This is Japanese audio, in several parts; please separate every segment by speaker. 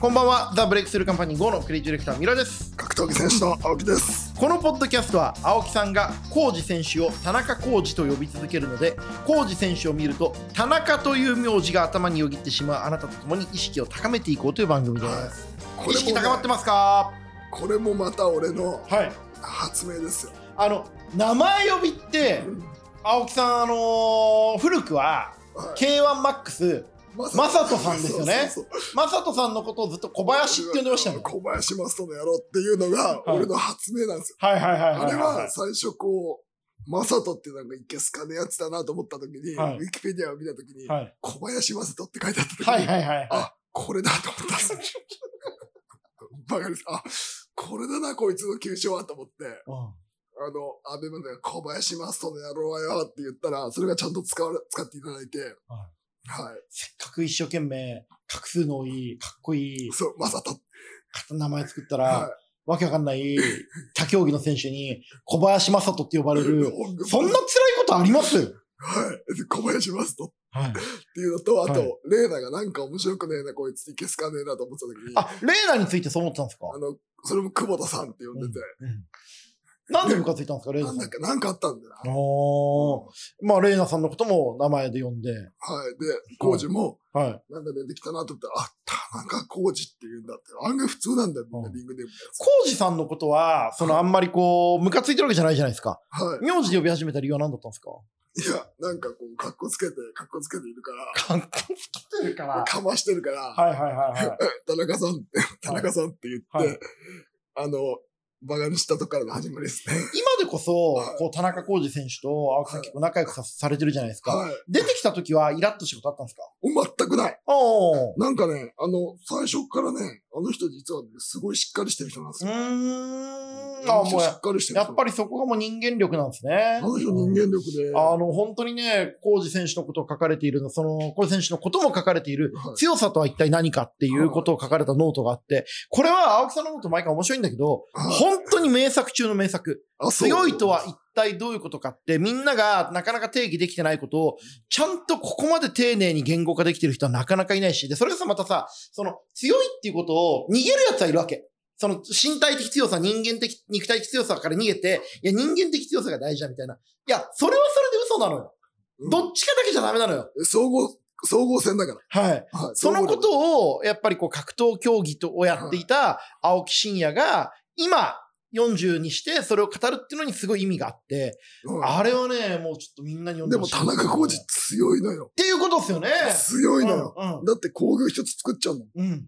Speaker 1: こんばんは、ザ・ブレイクスルーカンパニー5のクリエイティブディレクター、ミラです。
Speaker 2: 格闘技選手の青木です。
Speaker 1: このポッドキャストは、青木さんが、浩二選手を田中浩二と呼び続けるので、浩二選手を見ると、田中という名字が頭によぎってしまうあなたと共に意識を高めていこうという番組です。
Speaker 2: こ
Speaker 1: 意
Speaker 2: れ
Speaker 1: 識
Speaker 2: も、
Speaker 1: 高まってますか
Speaker 2: これもまた俺の
Speaker 1: はい。
Speaker 2: 発明ですよ。
Speaker 1: あの、名前呼びって、青木さん、あのー古くは、
Speaker 2: はい
Speaker 1: K1MAX、
Speaker 2: ま
Speaker 1: マサトさんですよね
Speaker 2: そうそうそう
Speaker 1: マサトさんのことをずっと小林って呼んでましたよね。
Speaker 2: 小林マストの野郎っていうのが
Speaker 1: い
Speaker 2: 俺の発明なんですよ。
Speaker 1: はいはいはい
Speaker 2: あれは最初こう、マサトってなんかいけすかねやつだなと思った時に、
Speaker 1: はい
Speaker 2: ウィキペディアを見た時に、
Speaker 1: はい
Speaker 2: 小林マサトって書いてあった時に、
Speaker 1: はいはいはい。
Speaker 2: あ、これだと思ったんですよ。 バカです。あ、これだな、こいつの急所はと思って。あの、アベマで小林マストの野郎はよって言ったら、それがちゃんと使われ、使っていただいて、はい。
Speaker 1: せっかく一生懸命、画数の多い、かっこいい、
Speaker 2: そう、まさと。
Speaker 1: 方名前作ったら、
Speaker 2: は
Speaker 1: わけわかんない、他競技の選手に、小林正人って呼ば
Speaker 2: い。
Speaker 1: れる、
Speaker 2: 音
Speaker 1: そんな
Speaker 2: 楽
Speaker 1: 辛いことあります
Speaker 2: はい。で小林マストっ
Speaker 1: はい。
Speaker 2: ていうのと、あと、
Speaker 1: はい
Speaker 2: レーナがなんか面白くねえな、こいついけすかねえなと思ってた時に、あ
Speaker 1: あ、レーナについてそう思ってたんですか
Speaker 2: の、それも久保田さんって呼んでて、
Speaker 1: なんでムカついたんですか、レー
Speaker 2: な
Speaker 1: ナ
Speaker 2: ん
Speaker 1: さ
Speaker 2: だっ
Speaker 1: ん。
Speaker 2: け、なんかあったんだよな。
Speaker 1: おー。まあ、レーナさんのことも名前で呼んで、
Speaker 2: はい。で、コージも、
Speaker 1: はい。
Speaker 2: なんか出てきたなと思ったら、あ、田中コージって言うんだって。案外普通なんだよ、みんな
Speaker 1: うん
Speaker 2: リングネームのやつ
Speaker 1: コウジさんのことは、そのあんまりこう、ムカついてるわけじゃないじゃないですか。
Speaker 2: はい。
Speaker 1: 名字で呼び始めた理由は何だったんですか
Speaker 2: いや、なんかこう、格好つけて、格好つけているから、
Speaker 1: 関係つきてるから
Speaker 2: かましてるから、
Speaker 1: はいはいはいはい。
Speaker 2: 田中さんって、田中さんって言って、
Speaker 1: はい
Speaker 2: あの、バカにしたとこからの始まりですね。
Speaker 1: 今でこそ
Speaker 2: はい、
Speaker 1: こう、田中浩二選手と青木さん
Speaker 2: はい
Speaker 1: 結構仲良くさされてるじゃないですか。
Speaker 2: はい。
Speaker 1: 出てきた時はイラッとしたことあったんですか
Speaker 2: お全くない。
Speaker 1: おー。
Speaker 2: なんかね、あの、最初からね、あの人実はね、すごいしっかりしてる人なんです
Speaker 1: う
Speaker 2: よ。
Speaker 1: ー
Speaker 2: あ
Speaker 1: ん。あ、
Speaker 2: の
Speaker 1: も
Speaker 2: 人
Speaker 1: う
Speaker 2: し
Speaker 1: や
Speaker 2: っ、かりしてる
Speaker 1: や
Speaker 2: 人。
Speaker 1: っぱりそこがもう人間力なんですね
Speaker 2: あ。の人人間力で、
Speaker 1: あの、本当にね、浩二選手のことを書かれているの、その、浩二選手のことも書かれている、
Speaker 2: はい
Speaker 1: 強さとは一体何かっていうことを書かれたノートがあって、これは青木さんのノート毎回面白いんだけど、
Speaker 2: はい
Speaker 1: 本当に名作中の名作。
Speaker 2: あそう
Speaker 1: 強いとは一体どういうことかって、みんながなかなか定義できてないことを、ちゃんとここまで丁寧に言語化できてる人はなかなかいないし、で、それさ、またさ、その、強いっていうことを逃げる奴はいるわけ。その、身体的強さ、人間的、肉体的強さから逃げて、いや、人間的強さが大事だみたいな。いや、それはそれで嘘なのよ。
Speaker 2: うん
Speaker 1: どっちかだけじゃダメなのよ。
Speaker 2: 総合、総合戦だから。
Speaker 1: はい。
Speaker 2: はい
Speaker 1: そのこ
Speaker 2: 総合
Speaker 1: とを、やっぱりこう、格闘競技とをやっていた青木真也が、今、40にして、それを語るっていうのにすごい意味があって、
Speaker 2: 力うん
Speaker 1: あれはね、もうちょっとみんなに読ん
Speaker 2: で
Speaker 1: で
Speaker 2: も
Speaker 1: ほしい
Speaker 2: 田中浩二
Speaker 1: っ
Speaker 2: 強いのよ。
Speaker 1: ていうことですよね。
Speaker 2: 強いのよ。
Speaker 1: うん
Speaker 2: だって工具一つ作っちゃうの。
Speaker 1: うんうん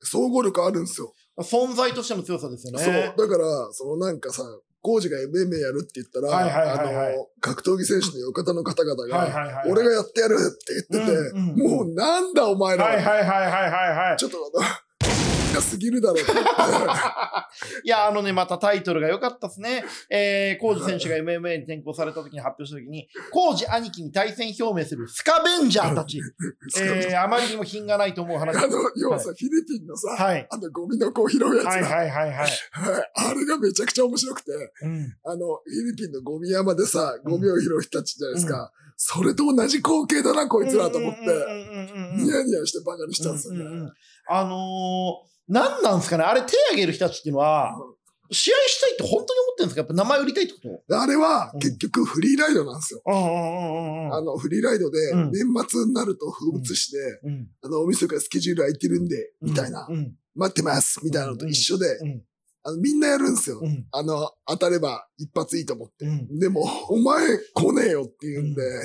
Speaker 2: 総合力あるんですよ。
Speaker 1: 存在としての強さですよ
Speaker 2: そう。
Speaker 1: ね。
Speaker 2: だから、そのなんかさ、コージが MMA やるって言ったら、
Speaker 1: はいはいはいはい
Speaker 2: あの、格闘技選手の横方の方々が、
Speaker 1: はいはいはい。
Speaker 2: 俺がやってやるって言ってて、
Speaker 1: うんうん
Speaker 2: もうなんだお前ら、
Speaker 1: はいはいはいはいはいはい。
Speaker 2: ちょっとあの、がすぎるだろって言って
Speaker 1: いや、あのね、またタイトルが良かったですね。えー、コージ選手が MMA に転向された時に発表した時に、コージ兄貴に対戦表明するスカベンジャーたち。 えー、あまりにも品がないと思う話。
Speaker 2: あの、要はさ、フィリピンのさ、
Speaker 1: はい。
Speaker 2: あの、ゴミの子を拾うやつだ、
Speaker 1: はいはいはいはい。
Speaker 2: はいあれがめちゃくちゃ面白くて、
Speaker 1: うん。
Speaker 2: あの、フィリピンのゴミ山でさ、ゴミを拾う人たちじゃないですか。それと同じ光景だな、こいつらと思って、
Speaker 1: うんうんうんうんうん
Speaker 2: ニヤニヤしてバカにしたんですよね。
Speaker 1: うんうんうんあのー、何なんですかねあれ手挙げる人たちっていうのは、試合したいって本当に思ってるんですかやっぱ名前売りたいってこと
Speaker 2: であれは
Speaker 1: うん
Speaker 2: 結局フリーライドなんですよ。
Speaker 1: うんうん
Speaker 2: あの、フリーライドで
Speaker 1: うん
Speaker 2: 年末になると風物詩で、
Speaker 1: うん
Speaker 2: あの、お店がスケジュール空いてるんで、みたいな、
Speaker 1: うん
Speaker 2: 待ってます、みたいなのと一緒で、
Speaker 1: うん
Speaker 2: あのみんなやるんですよ。
Speaker 1: うん
Speaker 2: あの、当たれば一発いいと思って。
Speaker 1: うん
Speaker 2: でも、お前来ねえよって言うんで、
Speaker 1: うん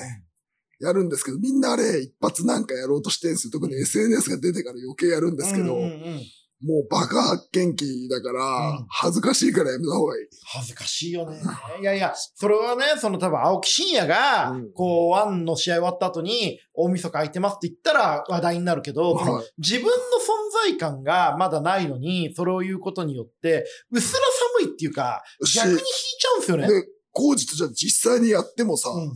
Speaker 2: やるんですけど、みんなあれ一発なんかやろうとしてるんですよ。特に SNS が出てから余計やるんですけど、
Speaker 1: うんうんうん
Speaker 2: もうバカ発見器だから、
Speaker 1: うん
Speaker 2: 恥ずかしいからやめた方がいい。
Speaker 1: 恥ずかしいよね。いやいや、それはね、その多分青木真也が、
Speaker 2: うん
Speaker 1: こう、ワンの試合終わった後に、大晦日空いてますって言ったら話題になるけど、
Speaker 2: はい
Speaker 1: 自分の存在感がまだないのに、それを言うことによって、うすら寒いっていうか、
Speaker 2: し
Speaker 1: 逆に引いちゃうんですよね。
Speaker 2: で、コーチとじゃあ実際にやってもさ、
Speaker 1: うん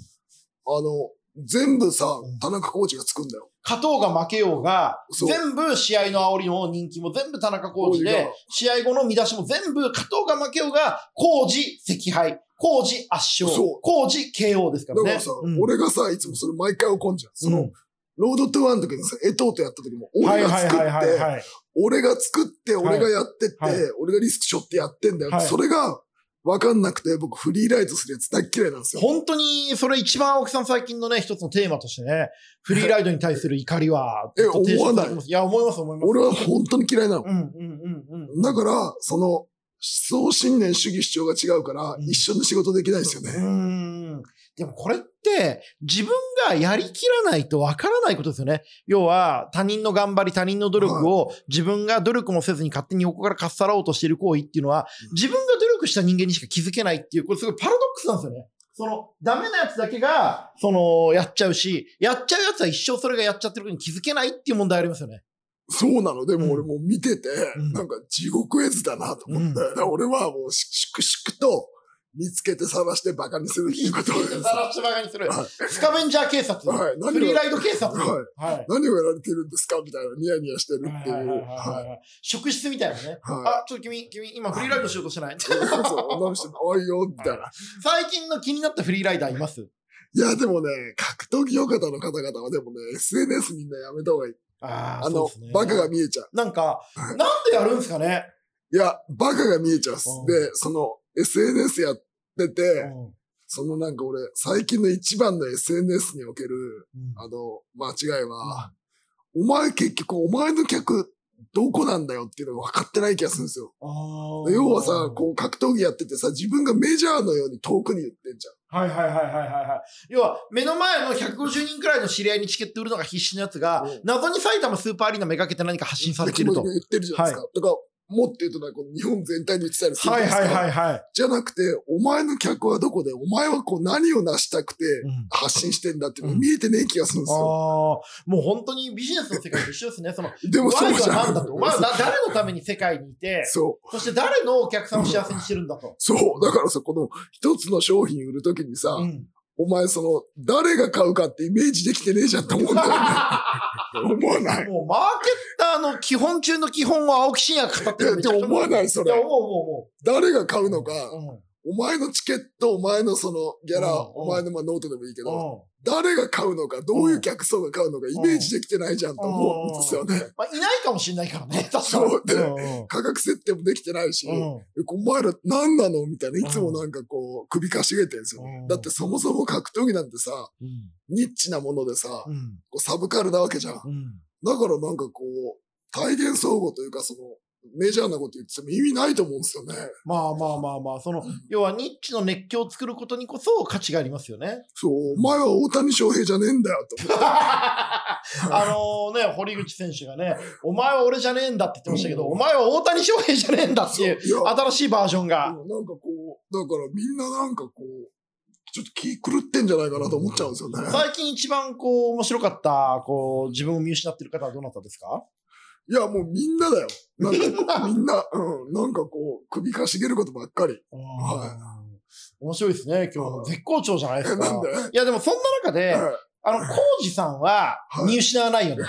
Speaker 2: あの、全部さ
Speaker 1: うん、
Speaker 2: 田中コーチがつくんだよ。
Speaker 1: 勝とうが負けようが、
Speaker 2: そう
Speaker 1: 全部試合の煽りも人気も全部田中浩二
Speaker 2: 浩二
Speaker 1: で
Speaker 2: が、
Speaker 1: 試合後の見出しも全部勝とうが負けようが、浩二赤敗、浩二圧勝
Speaker 2: そう、
Speaker 1: 浩二 KO ですか
Speaker 2: だ
Speaker 1: ら
Speaker 2: か
Speaker 1: ね。
Speaker 2: らさ、
Speaker 1: うん
Speaker 2: 俺がさ、いつもそれ毎回怒んじゃん。その、
Speaker 1: うん
Speaker 2: ロードトゥワンの時にさ、江藤とやった時も、
Speaker 1: は
Speaker 2: 俺
Speaker 1: い
Speaker 2: が
Speaker 1: はい
Speaker 2: 作って、
Speaker 1: はいはいはい。
Speaker 2: 俺が作って、
Speaker 1: はい
Speaker 2: 俺がやってって、
Speaker 1: はい
Speaker 2: 俺がリスク背負ってやってんだよ。
Speaker 1: はい
Speaker 2: それが、わかんなくて、僕、フリーライトするやつ大っ嫌いなんですよ。
Speaker 1: 本当に、それ一番青木さん最近のね、一つのテーマとしてね、フリーライドに対する怒りは、
Speaker 2: え
Speaker 1: ずっと提唱
Speaker 2: 思わない
Speaker 1: されてますいや、思います、思います。
Speaker 2: 俺は本当に嫌いなの。
Speaker 1: うん、うん、うん、うん。
Speaker 2: だから、その、思想信念主義主張が違うから、
Speaker 1: うん
Speaker 2: 一緒に仕事できないですよ
Speaker 1: う
Speaker 2: ね。
Speaker 1: ーん。でもこれって、自分がやりきらないとわからないことですよね。要は、他人の頑張り、他人の努力を、自分が努力もせずに勝手に横からかっさらおうとしている行為っていうのは
Speaker 2: うん、
Speaker 1: 自分が努力した人間にしか気づけないっていう、これすごいパラドックスなんですよね。その、ダメなやつだけが、その、やっちゃうし、やっちゃうやつは一生それがやっちゃってることに気づけないっていう問題ありますよね。
Speaker 2: そうなの。で
Speaker 1: う
Speaker 2: も
Speaker 1: ん
Speaker 2: 俺もう見てて、
Speaker 1: うん
Speaker 2: なんか地獄絵図だなと思って。
Speaker 1: うん
Speaker 2: だから俺はもう、し粛々と、見つけて探して馬鹿にするっていうことをやるんです
Speaker 1: さ らしばかにする。
Speaker 2: はい
Speaker 1: スカベンジャー警察。
Speaker 2: はい。
Speaker 1: フリー
Speaker 2: 何を、
Speaker 1: ライド警察。
Speaker 2: はい
Speaker 1: はい。
Speaker 2: 何をやられてるんですかみたいな、ニヤニヤしてるっていう。はい。
Speaker 1: 職質みたいなね。
Speaker 2: は
Speaker 1: あ、ちょっと君、君、今フリーライドしようとして ない。
Speaker 2: い。そう、女の人、おいよ、みたいな。
Speaker 1: 最近の気になったフリーライダーいます
Speaker 2: いや、でもね、格闘技館の方々はでもね、SNS みんなやめた方がいい。
Speaker 1: あ
Speaker 2: あの、バカが見えちゃう。
Speaker 1: なんか、なんでやるんですかね。
Speaker 2: いや、バカが見えちゃうっす
Speaker 1: うん。
Speaker 2: で、その、SNS やって
Speaker 1: う
Speaker 2: て、
Speaker 1: ん
Speaker 2: そのなんか俺、最近の一番の SNS における、
Speaker 1: うん
Speaker 2: あの、間違いは、お前結局、お前の客、どこなんだよっていうのが分かってない気がするんですよ。
Speaker 1: あー
Speaker 2: 要はさ、こう格闘技やっててさ、自分がメジャーのように遠くに言ってんじゃん。
Speaker 1: はいはいはいはいはいはい。要は、目の前の150人くらいの知り合いにチケット売るのが必死のやつが
Speaker 2: うん、
Speaker 1: 謎に埼玉スーパーアリーナめがけて何か発信されてると。は
Speaker 2: 気持ちが言ってるじゃないですか。とか、もっと言うとなんかこの日本全体に言ってたりするじゃない
Speaker 1: い
Speaker 2: ですか。
Speaker 1: はいはいはい。
Speaker 2: じゃなくて、お前の客はどこで、お前はこう何を成したくて
Speaker 1: うん
Speaker 2: 発信してんだっていうの
Speaker 1: うん
Speaker 2: が見えてねえ気がするんです
Speaker 1: ああ
Speaker 2: よ。
Speaker 1: ー、もう本当にビジネスの世界と一緒ですね。その、
Speaker 2: で
Speaker 1: お
Speaker 2: も そ
Speaker 1: 前
Speaker 2: うじ
Speaker 1: は
Speaker 2: ゃ
Speaker 1: 何
Speaker 2: ん。
Speaker 1: だと。お前はな誰のために世界にいて、
Speaker 2: そう。
Speaker 1: そして誰のお客さんを幸せにしてるんだと。
Speaker 2: そう。だからさ、この一つの商品売るときにさ、
Speaker 1: うん。
Speaker 2: お前その、誰が買うかってイメージできてねえじゃんっ て思うんだよね。思わない。
Speaker 1: もうマーケッターの基本中の基本を青木真也が語ってる
Speaker 2: いやって思わないそれ
Speaker 1: や思う思
Speaker 2: 誰が買うのか、
Speaker 1: う思う。
Speaker 2: お前のチケット、お前のそのギャラ、
Speaker 1: うん
Speaker 2: お前のまあノートでもいいけ
Speaker 1: う
Speaker 2: ど、
Speaker 1: ん。うん。
Speaker 2: 誰が買うのか、どういう客層が買うのか、イメージできてないじゃんと思うんですよね。
Speaker 1: まあ、いないかもしれないからね。確かに
Speaker 2: そうで
Speaker 1: ん
Speaker 2: 価格設定もできてないし、
Speaker 1: うん
Speaker 2: お前ら何なのみたいな、いつもなんかこう、首かしげてるんですよね
Speaker 1: うん。
Speaker 2: だってそもそも格闘技なんてさ、
Speaker 1: うん。
Speaker 2: ニッチなものでさ、こ
Speaker 1: うん。
Speaker 2: うサブカルなわけじゃん。
Speaker 1: うん。
Speaker 2: だからなんかこう、体現相互というか、その、メジャーなこと言っても意味ないと思うんですよね。
Speaker 1: まあまあまあまあ、その、要はニッチの熱狂を作ることにこそ価値がありますよね。
Speaker 2: そう、お前は大谷翔平じゃねえんだよ、と思って。
Speaker 1: あのね、堀口選手がね、お前は俺じゃねえんだって言ってましたけど、お前は大谷翔平じゃねえんだっていう、
Speaker 2: いや、
Speaker 1: 新しいバージョンが。
Speaker 2: うんなんかこう、だからみんななんかこう、ちょっと気狂ってんじゃないかなと思っちゃうんですよね。
Speaker 1: 最近一番こう面白かった、こう自分を見失ってる方はどなたですか
Speaker 2: いや、もうみんなだよ。なん
Speaker 1: みんな
Speaker 2: か、みんな、うん、なんかこう、首かしげることばっかり。は
Speaker 1: 面白いですね、今日
Speaker 2: は
Speaker 1: も。
Speaker 2: い
Speaker 1: 絶好調じゃないで
Speaker 2: え、
Speaker 1: す
Speaker 2: な
Speaker 1: か
Speaker 2: ん。で
Speaker 1: いや、でもそんな中で、
Speaker 2: はい
Speaker 1: あの、コウジさんは
Speaker 2: はい
Speaker 1: 見失わないよね。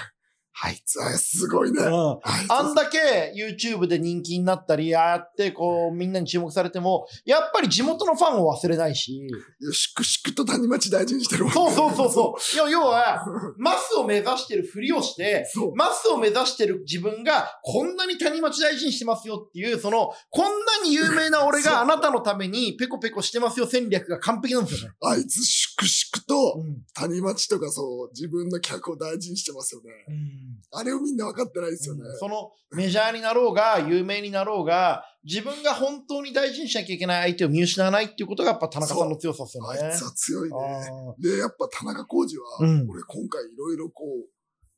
Speaker 2: あいつはすごいね。
Speaker 1: うん。
Speaker 2: あいつ
Speaker 1: あんだけ YouTube で人気になったり、ああやってこうみんなに注目されても、やっぱり地元のファンを忘れないし、
Speaker 2: いや粛々と谷町大事にしてるわけ
Speaker 1: そうそうそうそう。要 要は、マスを目指してるふりをして、
Speaker 2: そう。
Speaker 1: マスを目指してる自分が、こんなに谷町大事にしてますよっていう、その、こんなに有名な俺
Speaker 2: そう
Speaker 1: があなたのためにペコペコしてますよ戦略が完璧なんですよね。
Speaker 2: あいつ粛々と谷町とかそう、自分の客を大事にしてますよね。
Speaker 1: うん
Speaker 2: あれをみんな分かってないですよね。
Speaker 1: そのメジャーになろうが、有名になろうが、自分が本当に大事にしなきゃいけない相手を見失わないっていうことがやっぱ田中さんの強さですよ
Speaker 2: あ
Speaker 1: ね。
Speaker 2: いつは強いね。
Speaker 1: あ
Speaker 2: で、やっぱ田中浩二は、
Speaker 1: うん
Speaker 2: 俺今回いろいろこう、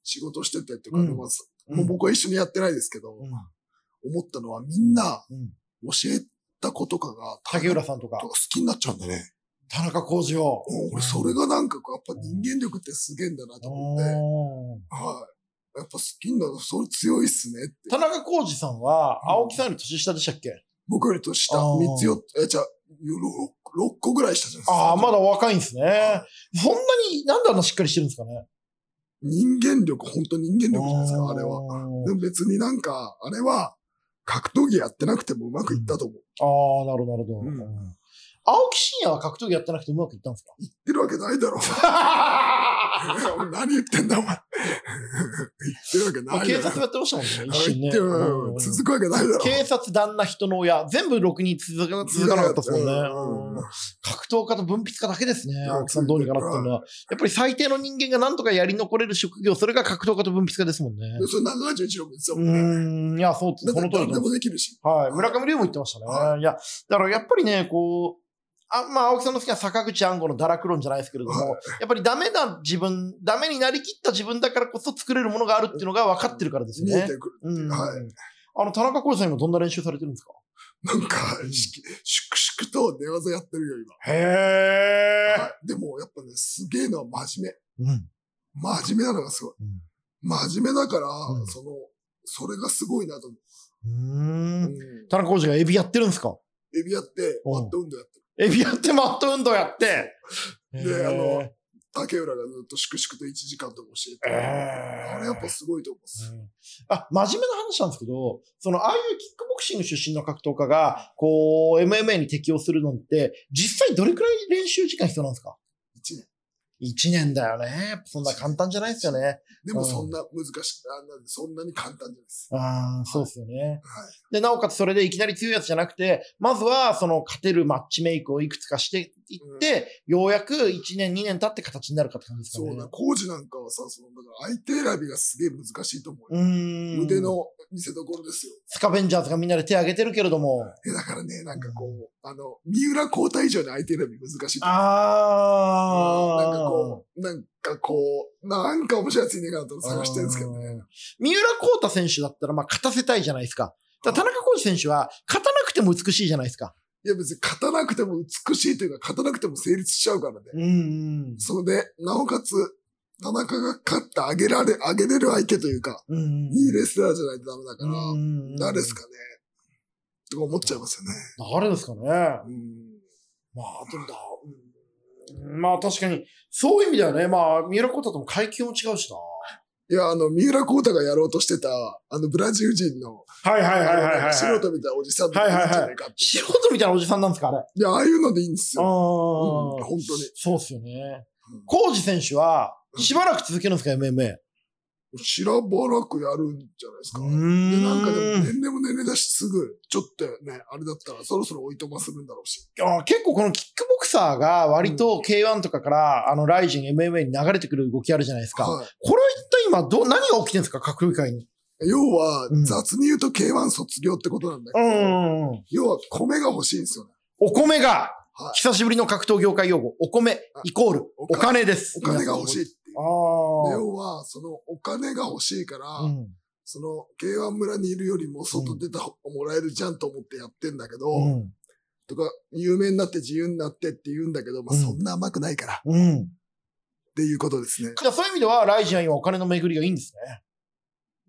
Speaker 2: 仕事しててっていうか、
Speaker 1: うん
Speaker 2: まあそ
Speaker 1: ー
Speaker 2: もう僕は一緒にやってないですけど、
Speaker 1: うん
Speaker 2: 思ったのはみんな
Speaker 1: うん
Speaker 2: 教えたことかが、
Speaker 1: 竹浦さんとか
Speaker 2: と、好きになっちゃうんだね。
Speaker 1: 田中浩二を。
Speaker 2: うん俺それがなんかこうやっぱ人間力ってすげえんだなと思って、
Speaker 1: おー
Speaker 2: はい。やっぱ好きになる、それ強いっすねって。
Speaker 1: 田中浩二さんは、青木さんより年下でしたっけ
Speaker 2: 僕より年下、
Speaker 1: あー
Speaker 2: 三つよ、え、じゃあ、6, 個ぐらい下じゃないですか。
Speaker 1: ああ、まだ若いんですね。そんなに、なんであんなしっかりしてるんですかね。
Speaker 2: 人間力、本当人間力じゃないですか、あれは。で
Speaker 1: は。
Speaker 2: も別になんか、あれは、格闘技やってなくてもうまくいったと思う。
Speaker 1: ああ、なるほど、なるほど。
Speaker 2: うん
Speaker 1: うん青木真也は格闘技 やってなくてうまくいったんですか
Speaker 2: 言ってるわけないだろ。何言ってんだ、お前。言ってるわけない
Speaker 1: 警
Speaker 2: だ
Speaker 1: 察
Speaker 2: ろ。
Speaker 1: やってましたもんね、一瞬
Speaker 2: 言
Speaker 1: ね
Speaker 2: ってるう
Speaker 1: う
Speaker 2: ん。
Speaker 1: ん
Speaker 2: 続くわけないだろ。
Speaker 1: 警察、旦那、人の親、全部6人続か続かなかったですもんね。
Speaker 2: うん
Speaker 1: うん格闘家と文筆家だけですね、
Speaker 2: うん
Speaker 1: 青木さんどうにかなったのは。やっぱり最低の人間がなんとかやり残れる職業、それが格闘家と文筆家ですもんね。
Speaker 2: それ71億ですよ。
Speaker 1: うーん、いや、そう、そ
Speaker 2: だって
Speaker 1: の通り
Speaker 2: 誰
Speaker 1: だ
Speaker 2: でもできるし。
Speaker 1: はい。村上龍も言ってましたね。、
Speaker 2: はい
Speaker 1: や、だからやっぱりね、こう、あまあ、青木さんの好きな坂口安吾の堕落論じゃないですけれども、
Speaker 2: は
Speaker 1: やっぱりダメな自分、ダメになりきった自分だからこそ作れるものがあるっていうのが分かってるからですよ
Speaker 2: 見え
Speaker 1: ね。
Speaker 2: てくる。
Speaker 1: うん。
Speaker 2: はい
Speaker 1: あの、田中浩二さん今どんな練習されてるんですか
Speaker 2: なんか、し粛々と寝技やってるよ、 今。
Speaker 1: へ
Speaker 2: はいでも、やっぱね、すげえのは真面
Speaker 1: ー。うん。
Speaker 2: 目。真面目なのがすごい。
Speaker 1: うん
Speaker 2: 真面目だから、
Speaker 1: うん
Speaker 2: その、それがすごいなと思
Speaker 1: うー
Speaker 2: う。
Speaker 1: ん。
Speaker 2: うん
Speaker 1: 田中浩二がエビやってるんですか
Speaker 2: エビやって、
Speaker 1: うん
Speaker 2: マット運動やってる。
Speaker 1: エビやってマット運動やって。
Speaker 2: であの
Speaker 1: へー
Speaker 2: 竹浦がずっと粛々と1時間とか教えて。
Speaker 1: えー
Speaker 2: あれやっぱすごいと思うっす。
Speaker 1: うんあ、真面目な話なんですけど、その、ああいうキックボクシング出身の格闘家が、こう、MMA に適応するのって、実際どれくらい練習時間必要なんですか
Speaker 2: 1年。
Speaker 1: ?1 年だよね。やっぱそんな簡単じゃないですよね。
Speaker 2: でもそんな難しい、あなんでそんなに簡単じゃないです。
Speaker 1: ああ、そうですよね。
Speaker 2: はい。
Speaker 1: で、なおかつそれでいきなり強いやつじゃなくて、まずは、その、勝てるマッチメイクをいくつかしていって、ようやく1年、2年経って形になるかって感じですか
Speaker 2: そ
Speaker 1: ね。
Speaker 2: うな、工事なんかはさ、その、だから相手選びがすげえ難しいと思うよ。
Speaker 1: うーん。
Speaker 2: 腕。の見せ所ですよ。
Speaker 1: スカベンジャーズがみんなで手挙げてるけれども。
Speaker 2: え、だからね、なんかこう、あの、三浦交代以上に相手選び難しいと思う。
Speaker 1: ああ。
Speaker 2: なんかこう、なんかこう、なんか面白いやついねえかなと探してるんですけどね。
Speaker 1: 三浦孝太選手だったら、まあ、勝たせたいじゃないですか。ただ田中浩二選手は、勝たなくても美しいじゃないですか。
Speaker 2: いや別に勝たなくても美しいというか、勝たなくても成立しちゃうからね。
Speaker 1: うん、
Speaker 2: それで、なおかつ、田中が勝ってあげられ、あげれる相手というか、
Speaker 1: うん。
Speaker 2: いいレスラーじゃないとダメだから、
Speaker 1: うん
Speaker 2: 誰ですかね。とか思っちゃいますよね。
Speaker 1: 誰ですかね。
Speaker 2: うん。
Speaker 1: まあ、あとだ。うんまあ、確かに、そういう意味ではね、まあ、三浦孝太とも階級も違うし
Speaker 2: いや、あの、三浦孝太がやろうとしてた、あの、ブラジル人の、
Speaker 1: な。はいは
Speaker 2: あの素人みたいなおじさんとか
Speaker 1: はいはいはい
Speaker 2: いいんじゃないかって。
Speaker 1: 素人みたいなおじさんなんですか、あれ。あ
Speaker 2: いや、ああいうのでいいんですよ。うん、
Speaker 1: あ、
Speaker 2: 本当に。
Speaker 1: そうっすよね
Speaker 2: うん。
Speaker 1: 浩二選手は、しばらく続けるんですか、MMA。
Speaker 2: しらばらくやるんじゃないですか。で、
Speaker 1: ん
Speaker 2: なんかでも年齢も年齢だし、すぐ、ちょっとね、あれだったらそろそろおいとまするんだろうし。
Speaker 1: あ結構このキックボクサーが割と K1 とかから、あの、ライジン MMA に流れてくる動きあるじゃないですか。
Speaker 2: は
Speaker 1: これは一体今、どう、何が起きてるんですか格闘技界に。
Speaker 2: い。要は
Speaker 1: う、ん
Speaker 2: 雑に言うと K1 卒業ってことなんだけど、
Speaker 1: ん。
Speaker 2: 要は米が欲しいんですよね。
Speaker 1: お米が、
Speaker 2: はい
Speaker 1: 久しぶりの格闘業界用語、お米イコールお
Speaker 2: お金
Speaker 1: 金です。
Speaker 2: お金が欲しい
Speaker 1: い。
Speaker 2: っていう。
Speaker 1: あ
Speaker 2: で
Speaker 1: あ。
Speaker 2: 要は、そのお金が欲しいから、
Speaker 1: うん
Speaker 2: その K1 村にいるよりも外出た方がもらえるじゃんと思ってやってんだけど、
Speaker 1: うん。
Speaker 2: とか、有名になって自由になってって言うんだけど、まあ
Speaker 1: うん
Speaker 2: そんな甘くないからっ
Speaker 1: うん。
Speaker 2: ていうことですね。
Speaker 1: じゃあそういう意味では、ライジンは今お金の巡りがいいんです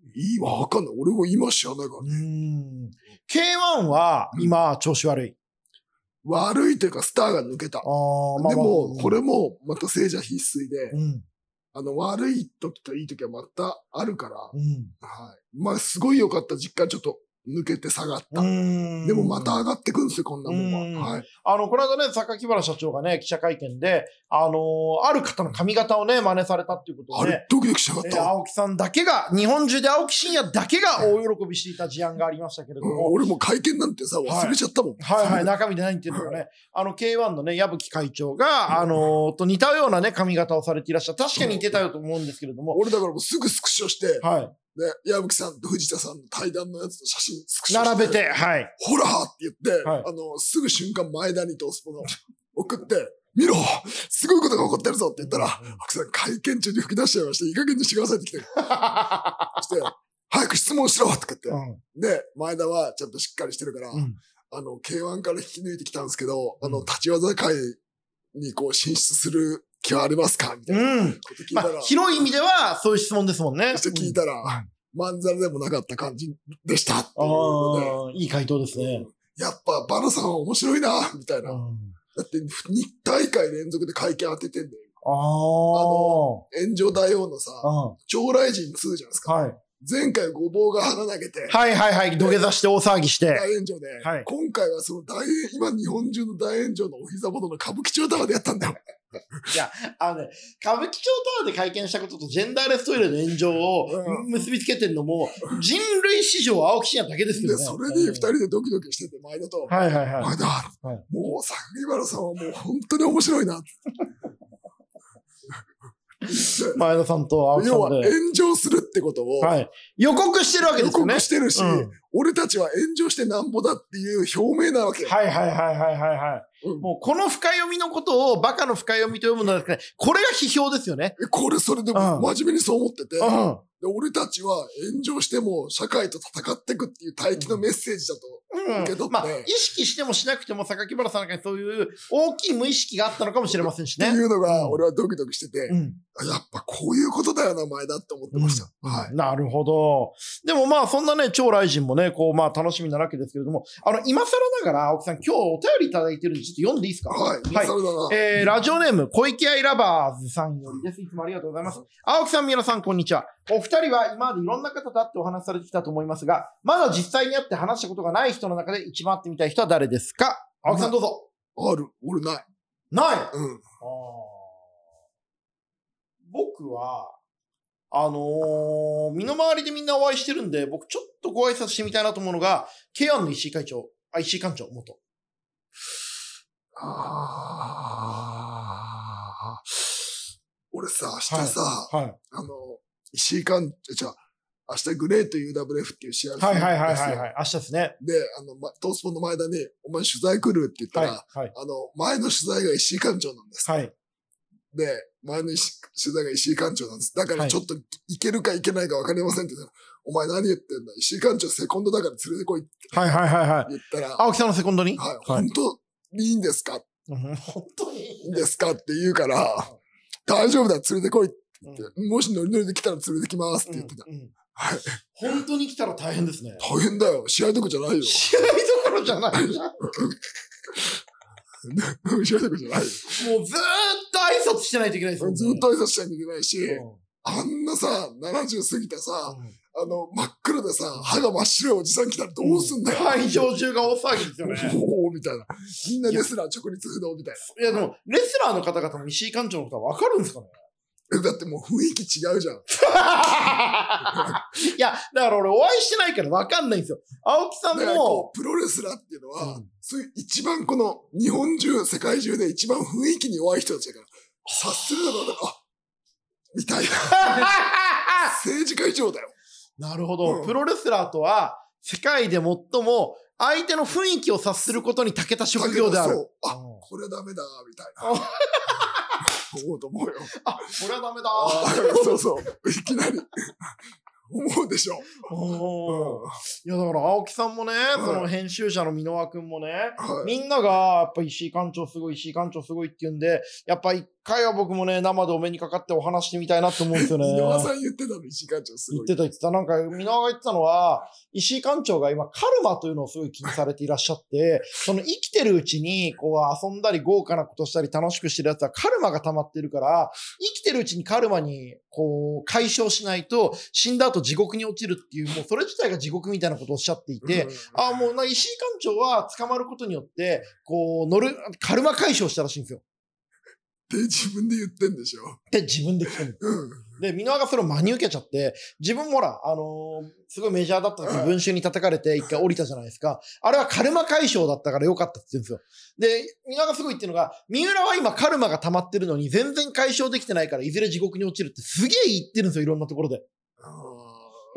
Speaker 1: ね。
Speaker 2: いいわ、わかんない。俺も今知らないから。
Speaker 1: うん。K1 は今、調子悪い。
Speaker 2: 悪いというかスターが抜けた。
Speaker 1: ああ、まあまあ。
Speaker 2: でも、これもまた聖者必須で、
Speaker 1: うん。
Speaker 2: あの、悪い時といい時はまたあるから、
Speaker 1: うん。
Speaker 2: はい。まあ、すごい良かった実感ちょっと抜けて下がった。
Speaker 1: うん
Speaker 2: でもまた上がってくんですよ、こんなも
Speaker 1: うんん
Speaker 2: は。はい。
Speaker 1: あの、この間ね、榊原社長がね、記者会見で、あのーある方の髪型をね、真似されたっていうこと
Speaker 2: あ
Speaker 1: で、
Speaker 2: れ、ドキドキしなかっ
Speaker 1: えー
Speaker 2: た。
Speaker 1: 青木さんだけが、日本中で青木真也だけが大喜びしていた事案がありましたけれど
Speaker 2: うん
Speaker 1: も、
Speaker 2: 俺も会見なんてさ、忘れちゃったもん。
Speaker 1: はいはい、中身で何っていうのがね、あの、K1 のね、矢吹会長が、あのーと似たようなね、髪型をされていらっしゃる。確かに似てたよと思うんですけれども、
Speaker 2: 俺だからもうすぐスクショして、
Speaker 1: は
Speaker 2: ね、矢吹さんと藤田さんの対談のやつと写真スク
Speaker 1: い。
Speaker 2: ショして。
Speaker 1: 並べて、はい。
Speaker 2: ほらーって言って、
Speaker 1: はい
Speaker 2: あの、すぐ瞬間前田にトースポの送って、見ろすごいことが起こってるぞって言ったら、
Speaker 1: うん
Speaker 2: 奥さん会見中に吹き出しちゃいまして、いい加減にしてください って来て、して、早く質問しろとか言って。
Speaker 1: うん
Speaker 2: で、前田はちゃんとしっかりしてるから、
Speaker 1: うん
Speaker 2: あの、K1 から引き抜いてきたんですけど、
Speaker 1: うん
Speaker 2: あの、立ち技界にこう進出する気はありますかみたいな
Speaker 1: うん。
Speaker 2: こと聞い
Speaker 1: ま
Speaker 2: たら、
Speaker 1: あ、広い意味では、そういう質問ですもんね。
Speaker 2: そして聞いたら、まんざらでもなかった感じでしたっていうの
Speaker 1: ああ、いい回答です
Speaker 2: で、
Speaker 1: ね。
Speaker 2: やっぱバナさんは面白いな、みたいな。だ
Speaker 1: うん
Speaker 2: って2大会連続で会見当ててんだよ。
Speaker 1: ああ。
Speaker 2: 炎上大王のさ、
Speaker 1: うん
Speaker 2: 超雷神2じゃないですか。
Speaker 1: はい。
Speaker 2: 前回ごぼうが花投げて、
Speaker 1: はいはいはい。土下座して大騒ぎして。
Speaker 2: 大炎上で、
Speaker 1: はい
Speaker 2: 今回はその大炎、今日本中の大炎上のお膝元の歌舞伎町タワーでやったんだよ。
Speaker 1: あのね、歌舞伎町タワーで会見したこととジェンダーレストイレの炎上を
Speaker 2: う
Speaker 1: 結びつけてんのも、人類史上青木真也だけですよ
Speaker 2: で、
Speaker 1: ね。
Speaker 2: それに二人でドキドキしてて、前田と、
Speaker 1: はいはいは
Speaker 2: 前
Speaker 1: い。
Speaker 2: 田、
Speaker 1: はい
Speaker 2: もう榊原さんはもう本当に面白いなって。
Speaker 1: 前田さんと青木さ
Speaker 2: 要は
Speaker 1: んで。
Speaker 2: 炎上するってことを
Speaker 1: はい。予告してるわけ
Speaker 2: 予
Speaker 1: ですよね
Speaker 2: 告。してるし、
Speaker 1: うん
Speaker 2: 俺たちは炎上してなんぼだっていう表明なわけよ。
Speaker 1: はいはいはいはいはいはい。
Speaker 2: うん
Speaker 1: もうこの深読みのことをバカの深読みと読むのはですね、これが批評ですよね。
Speaker 2: えこれそれでも
Speaker 1: うん
Speaker 2: 真面目にそう思ってて、で
Speaker 1: ん。
Speaker 2: 俺たちは炎上しても社会と戦っていくっていう大気のメッセージだと。
Speaker 1: うん
Speaker 2: 受け取って
Speaker 1: まあ、意識してもしなくても、榊原さんなんかにそういう大きい無意識があったのかもしれませんし
Speaker 2: って
Speaker 1: ね。
Speaker 2: いうの
Speaker 1: う
Speaker 2: が
Speaker 1: ん
Speaker 2: 俺はドキドキしてて、
Speaker 1: うん。
Speaker 2: やっぱこういうことだよな前だって思ってました。はい。
Speaker 1: なるほど。でもまあ、そんなね、超雷神もね、こう、まあ、楽しみなわけですけれども、あの、今更ながら、青木さん、今日お便りいただいてるんで、ちょっと読んでいいですか
Speaker 2: はい。
Speaker 1: は
Speaker 2: 今
Speaker 1: い
Speaker 2: 更だな。
Speaker 1: えー、ラジオネーム、小池愛ラバーズさんよりです。いつもありがとうございます。青木さん、皆さん、こんにちは。お二人は今までいろんな方と会ってお話しされてきたと思いますが、まだ実際に会って話したことがない人の中で一番会ってみたい人は誰ですか青木さん、どうぞ。
Speaker 2: ある。俺ない。
Speaker 1: ない
Speaker 2: うん。
Speaker 1: あー僕は、あのー身の回りでみんなお会いしてるんで、僕ちょっとご挨拶してみたいなと思うのが、慶安の石井会長、あ、石井館長、元。
Speaker 2: ああ。俺さ、明日さ、
Speaker 1: はい。
Speaker 2: あの、石井館、じゃあ明日グレート UWF っていう試合をするん
Speaker 1: はいはいはい
Speaker 2: です
Speaker 1: は
Speaker 2: よ
Speaker 1: い、はい。明日ですね。
Speaker 2: で、あの、ま、トースポンの前田に、お前取材来るって言った
Speaker 1: はい。
Speaker 2: ら、
Speaker 1: はい。
Speaker 2: あの、前の取材が石井館長なんです。
Speaker 1: はい。
Speaker 2: で、前の石取材が石井館長なんです。だか
Speaker 1: は
Speaker 2: ら
Speaker 1: い
Speaker 2: ちょっと行けるか行けないか分かりませんって言ったら、お前何言ってんだ石井館長セコンドだから連れてこいって
Speaker 1: はいはいはいはい。
Speaker 2: 言ったら、はい、
Speaker 1: 青木さんのセコンドに
Speaker 2: 本当にいいんですか
Speaker 1: うん本当に。
Speaker 2: いいんですかって言うから、大丈夫だ、連れてこいって言って、もしノリノリで来たら連れてきますって言ってた。
Speaker 1: うんうん
Speaker 2: はい
Speaker 1: 本当に来たら大変ですね。
Speaker 2: 大変だよ。試合とかじゃないよ。
Speaker 1: 試合どころじゃないじゃん。
Speaker 2: 試合とかじゃないよ。
Speaker 1: もうずーっと挨拶してないといけないですよ、ね。
Speaker 2: ずっと挨拶しなきゃいけないし、
Speaker 1: うん。
Speaker 2: あんなさ、70過ぎたさ、
Speaker 1: うん
Speaker 2: あの、真っ黒でさ、歯が真っ白いおじさん来たらどうすんだよ。
Speaker 1: 会場中が大騒ぎですよね。
Speaker 2: おーみたいな。みんなレスラー直立不動みたい
Speaker 1: いやでも、レスラーの方々も石井館長のことは分かるんですか ね
Speaker 2: な。えだってもう雰囲気違うじゃん。
Speaker 1: いや、だから俺お会いしてないから分かんないんですよ。青木さん
Speaker 2: だからこ
Speaker 1: も、
Speaker 2: う、プロレスラーっていうのは、
Speaker 1: うん
Speaker 2: そういう一番この、日本中、世界中で一番雰囲気に弱い人たちだから、察するのが、あ、みたいな。政治家以上だよ。
Speaker 1: なるほど、
Speaker 2: うん
Speaker 1: プロレスラーとは、世界で最も相手の雰囲気を察することに長けた職業であ
Speaker 2: だけど
Speaker 1: る。
Speaker 2: そうあ、
Speaker 1: うん
Speaker 2: これダメだ、みたい
Speaker 1: あ
Speaker 2: な。思うと思うよ。
Speaker 1: あ、これはダメだ
Speaker 2: あ そうそう。いきなり。思うでしょ。
Speaker 1: おー
Speaker 2: はい
Speaker 1: や、だから青木さんもね、
Speaker 2: うん
Speaker 1: その編集者の箕輪くんもね、
Speaker 2: い。
Speaker 1: みんなが、やっぱ石井館長すごい、石井館長すごいって言うんで、やっぱ一回は僕もね、生でお目にかかってお話してみたいなと思うんです よね。
Speaker 2: 井上さん言ってたの、石井館長す
Speaker 1: 言
Speaker 2: ご
Speaker 1: っ
Speaker 2: い。
Speaker 1: てた言ってた。なんか、箕輪が言ってたのは、石井館長が今、カルマというのをすごい気にされていらっしゃって、その生きてるうちに、こう、遊んだり豪華なことしたり楽しくしてるやつはカルマが溜まってるから、生きてるうちにカルマに、こう、解消しないと、死んだ後地獄に落ちるっていう、もうそれ自体が地獄みたいなことをおっしゃっていて、
Speaker 2: うん、
Speaker 1: あもうな、石井館長は捕まることによって、こう、乗る、カルマ解消したらしいんですよ。
Speaker 2: で、自分で言ってんでしょ。
Speaker 1: って自分で来てる。
Speaker 2: うん。
Speaker 1: で、箕輪がそれを真に受けちゃって、自分もほら、あのーすごいメジャーだったんですよ。文集に叩かれて一回降りたじゃないですか。あれはカルマ解消だったから良かったって言うんですよ。で、箕輪がすごい言ってるのが、三浦は今カルマが溜まってるのに全然解消できてないから、いずれ地獄に落ちるってすげえ言ってるんですよ、いろんなところで。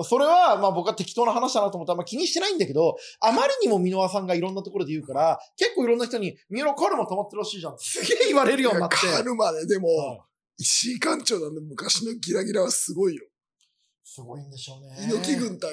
Speaker 1: それは、まあ僕は適当な話だなと思ってあんま気にしてないんだけど、あまりにも箕輪さんがいろんなところで言うから、結構いろんな人に、三浦カルマ溜まってるらしいじゃん。すげえ言われるようになって。
Speaker 2: カルマね、でも、
Speaker 1: はい
Speaker 2: 石井館長なんで昔のギラギラはすごいよ。
Speaker 1: すごいんでしょうね。
Speaker 2: 猪木軍対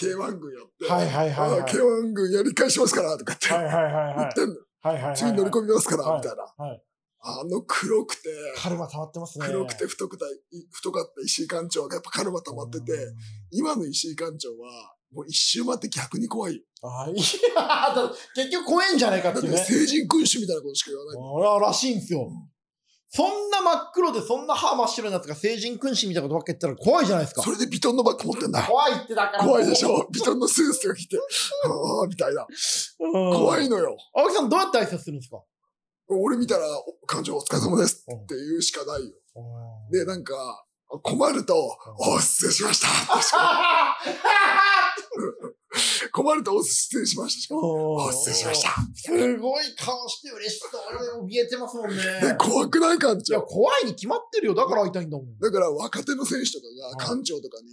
Speaker 2: K1 軍やって、
Speaker 1: はいはいはいはい
Speaker 2: あ K1 軍やり返しますからとかって、
Speaker 1: はいはいはい
Speaker 2: 言
Speaker 1: は
Speaker 2: っ
Speaker 1: い。
Speaker 2: てんの、
Speaker 1: はいはいはい、は い。
Speaker 2: 次乗り込みますから、
Speaker 1: はい
Speaker 2: みたいな、
Speaker 1: はい
Speaker 2: あの黒くて、
Speaker 1: カルマ溜まってますね。
Speaker 2: 黒くて太くたい太かった石井館長がやっぱカルマ溜まってて、
Speaker 1: うん。
Speaker 2: 今の石井館長は、もう一周回って逆に怖いよ。
Speaker 1: あいやだ結局怖えんじゃないかっ
Speaker 2: だってて
Speaker 1: いうね。
Speaker 2: 成人君主みたいなことしか言わない。
Speaker 1: あららしいんですよ。そんな真っ黒でそんな歯真っ白なやつが成人君子みたいなことばっか言ったら怖いじゃないですか
Speaker 2: そ。れでビトンのバッグ持ってんだ。
Speaker 1: 怖いってだから。
Speaker 2: 怖いでしょビトンのスースが 着て、ああ、みたいな。
Speaker 1: うん
Speaker 2: 怖いのよ。
Speaker 1: 青木さんどうやって挨拶するんですか
Speaker 2: 俺見たら、お館長お疲れ様ですって言うしかないよ。で、なんか、困ると、お、失礼しましたってしか。困ると、お、失礼しましたしか。お、失礼しました。
Speaker 1: すごい顔して嬉しそうで怯えて ますもんね。
Speaker 2: で、怖くない館
Speaker 1: いや、
Speaker 2: 長。
Speaker 1: 怖いに決まってるよ。だから会いたいんだもん。
Speaker 2: だから、若手の選手とかが、
Speaker 1: は
Speaker 2: 館長とかに、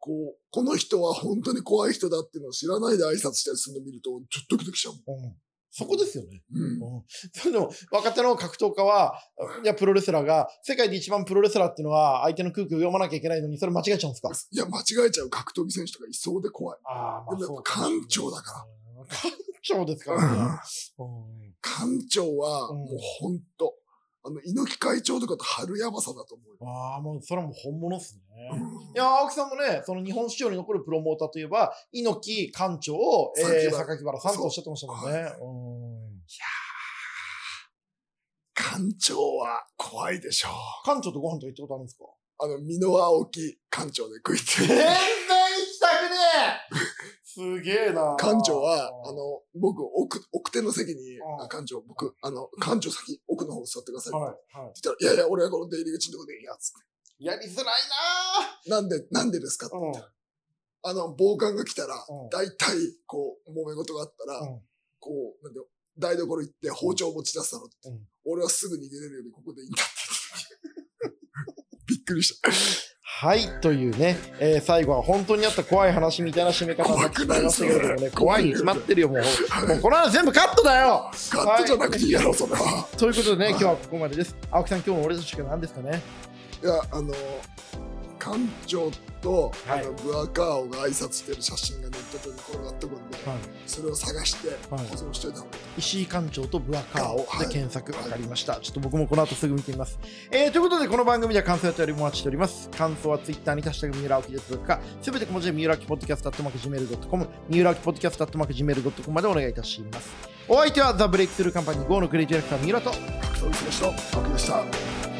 Speaker 2: こう、この人は本当に怖い人だっていうのを知らないで挨拶したりするの見ると、ちょっとドキドキしちゃうもん。
Speaker 1: うんそこですよね。
Speaker 2: うん。
Speaker 1: それでも、若手の格闘家は、いや、プロレスラーが、世界で一番プロレスラーっていうのは、相手の空気を読まなきゃいけないのに、それ間違えちゃうんですか
Speaker 2: いや、間違えちゃう格闘技選手とかいそうで怖い。
Speaker 1: ああ、。
Speaker 2: まあでもやっぱそう館長だから
Speaker 1: 館長ですからね。うん
Speaker 2: 館長は、
Speaker 1: うん
Speaker 2: もうほんと、あの、猪木会長とかと春山さんだと思うよ。
Speaker 1: ああ、もう、それはもう本物っす
Speaker 2: う
Speaker 1: ね。
Speaker 2: ん
Speaker 1: いや、青木さんもね、その日本市場に残るプロモーターといえば、猪木館長を、えー、
Speaker 2: 榊原
Speaker 1: 榊原さんとおっしゃってましたもんね。うん
Speaker 2: 館長は怖いでしょう。
Speaker 1: 館長とご飯とか行ったことあるんですか
Speaker 2: あの、美濃青木館長で食いつい
Speaker 1: 全然
Speaker 2: て。
Speaker 1: 行きたくねえ すげえな
Speaker 2: 館長は、あ
Speaker 1: は
Speaker 2: の、僕、奥、奥手の席に
Speaker 1: うん、
Speaker 2: あ館長、僕、あの、館長先、奥の方座ってください。
Speaker 1: い、
Speaker 2: って
Speaker 1: は
Speaker 2: 言ったら、いやいや、俺はこの出入り口のとこでいいや、つっ
Speaker 1: い。やりづらい
Speaker 2: て。なんで、なんでですかって
Speaker 1: な
Speaker 2: 言
Speaker 1: ー
Speaker 2: ったら、あの、暴漢が来たら
Speaker 1: うん、
Speaker 2: 大体、こう、揉め事があったら
Speaker 1: うん、
Speaker 2: こう、なんだよ、台所行って包丁持ち出すだろって
Speaker 1: うん。
Speaker 2: 俺はすぐ逃げれるようにここで いいんだって。びっくりした。
Speaker 1: はい、というね、えー最後は本当にあった怖い話みたいな締め方になってしまいましたけれどもね、怖
Speaker 2: 怖くない
Speaker 1: いに決まってるよ、もう。もうこの話全部カットだよ
Speaker 2: カットじゃなくていいやろ、それは。
Speaker 1: ということでね、今日はここまでです。青木さん、今日の俺たちは何ですかね
Speaker 2: いや、あの、館長と、
Speaker 1: はい
Speaker 2: あのブアカーオが挨拶してる写真がネットに転がってくるんで、
Speaker 1: はい
Speaker 2: それを探して保
Speaker 1: はい
Speaker 2: 存しといた方がいい。
Speaker 1: 石井館長とブアカーオ
Speaker 2: は
Speaker 1: で
Speaker 2: い
Speaker 1: 検索分かりました。ちょっと僕もこの後すぐ見てみます。えーということで、この番組では感想やおりもお待ちしております。感想は Twitter にハッシュタグ三浦青木ですとか、すべて小文字で三浦青木ポッドキャスト .gmail.com、三浦青木ポッドキャスト .gmail.com までお願いいたします。お相手はザ・ブレイクスルーカンパニー GO のクリエイティブディレクター三浦と、
Speaker 2: 格闘技選手の青木でした。
Speaker 1: さ